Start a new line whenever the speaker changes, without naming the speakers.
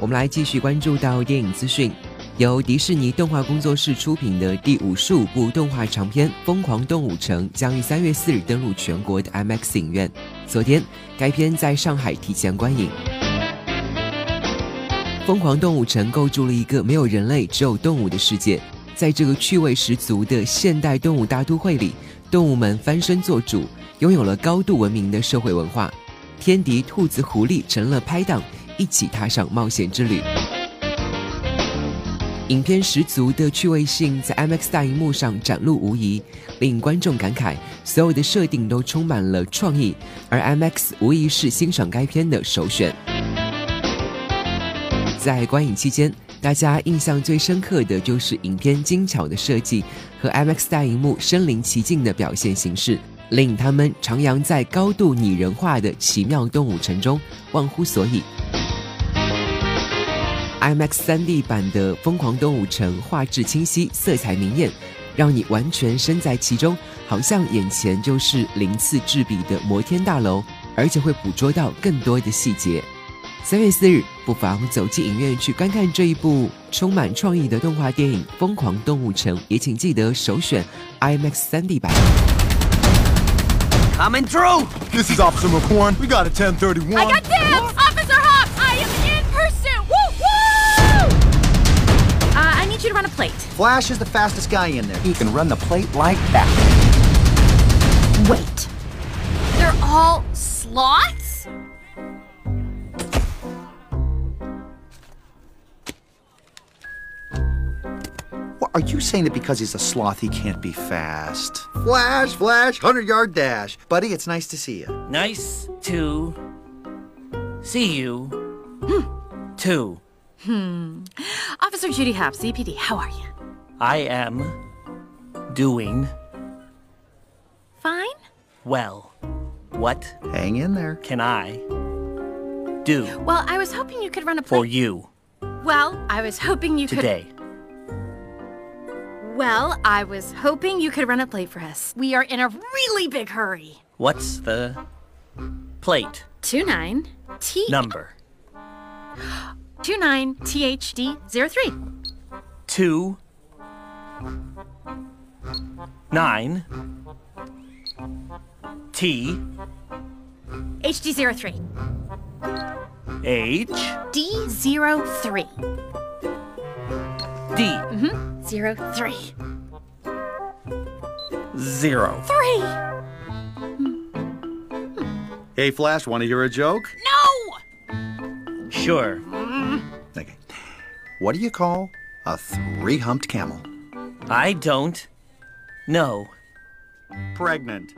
我们来继续关注到电影资讯。由迪士尼动画工作室出品的第五十五部动画长片《疯狂动物城》将于三月四日登陆全国的 IMAX 影院。昨天，该片在上海提前观影。《疯狂动物城》构筑了一个没有人类只有动物的世界，在这个趣味十足的现代动物大都会里，动物们翻身做主，拥有了高度文明的社会文化。天敌兔子、狐狸成了拍档，一起踏上冒险之旅。影片十足的趣味性在 IMAX 大荧幕上展露无遗，令观众感慨，所有的设定都充满了创意，而 IMAX 无疑是欣赏该片的首选。在观影期间，大家印象最深刻的就是影片精巧的设计和 IMAX 大荧幕身临其境的表现形式。令他们徜徉在高度拟人化的奇妙动物城中，忘乎所以。IMAX 3D 版的《疯狂动物城》画质清晰，色彩明艳，让你完全身在其中，好像眼前就是鳞次栉比的摩天大楼，而且会捕捉到更多的细节。三月四日，不妨走进影院去观看这一部充满创意的动画电影《疯狂动物城》，也请记得首选 IMAX 3D 版。
Coming through!
This is Officer McCorn. We got a 1031.
I got dibs! Officer Hawk, I am in pursuit! Woo, woo! Uh, I need you to run a plate.
Flash is the fastest guy in there. He can run the plate like that.
Wait. They're all slots?
What, are you saying that because he's a sloth, he can't be fast? Flash, flash, 100 yard dash. Buddy, it's nice to see you.
Nice to see you. Too.
Officer Judy Hop, CPD, how are you?
I am doing
Fine?
well. What
Hang in there.
can I do
Well, I was hoping you could run a
for
plate.
you
Well, I was hoping you could.
today?
Well, I was hoping you could run a plate for us. We are in a really big hurry.
What's the plate
29 T
number?
29 THD03.
Two nine T
HD03.
H
D03.
D
Zero three.
zero.
Three!
Hey, Flash, want to hear a joke?
No!
Sure.
Okay. What do you call a three humped camel?
I don't know.
Pregnant.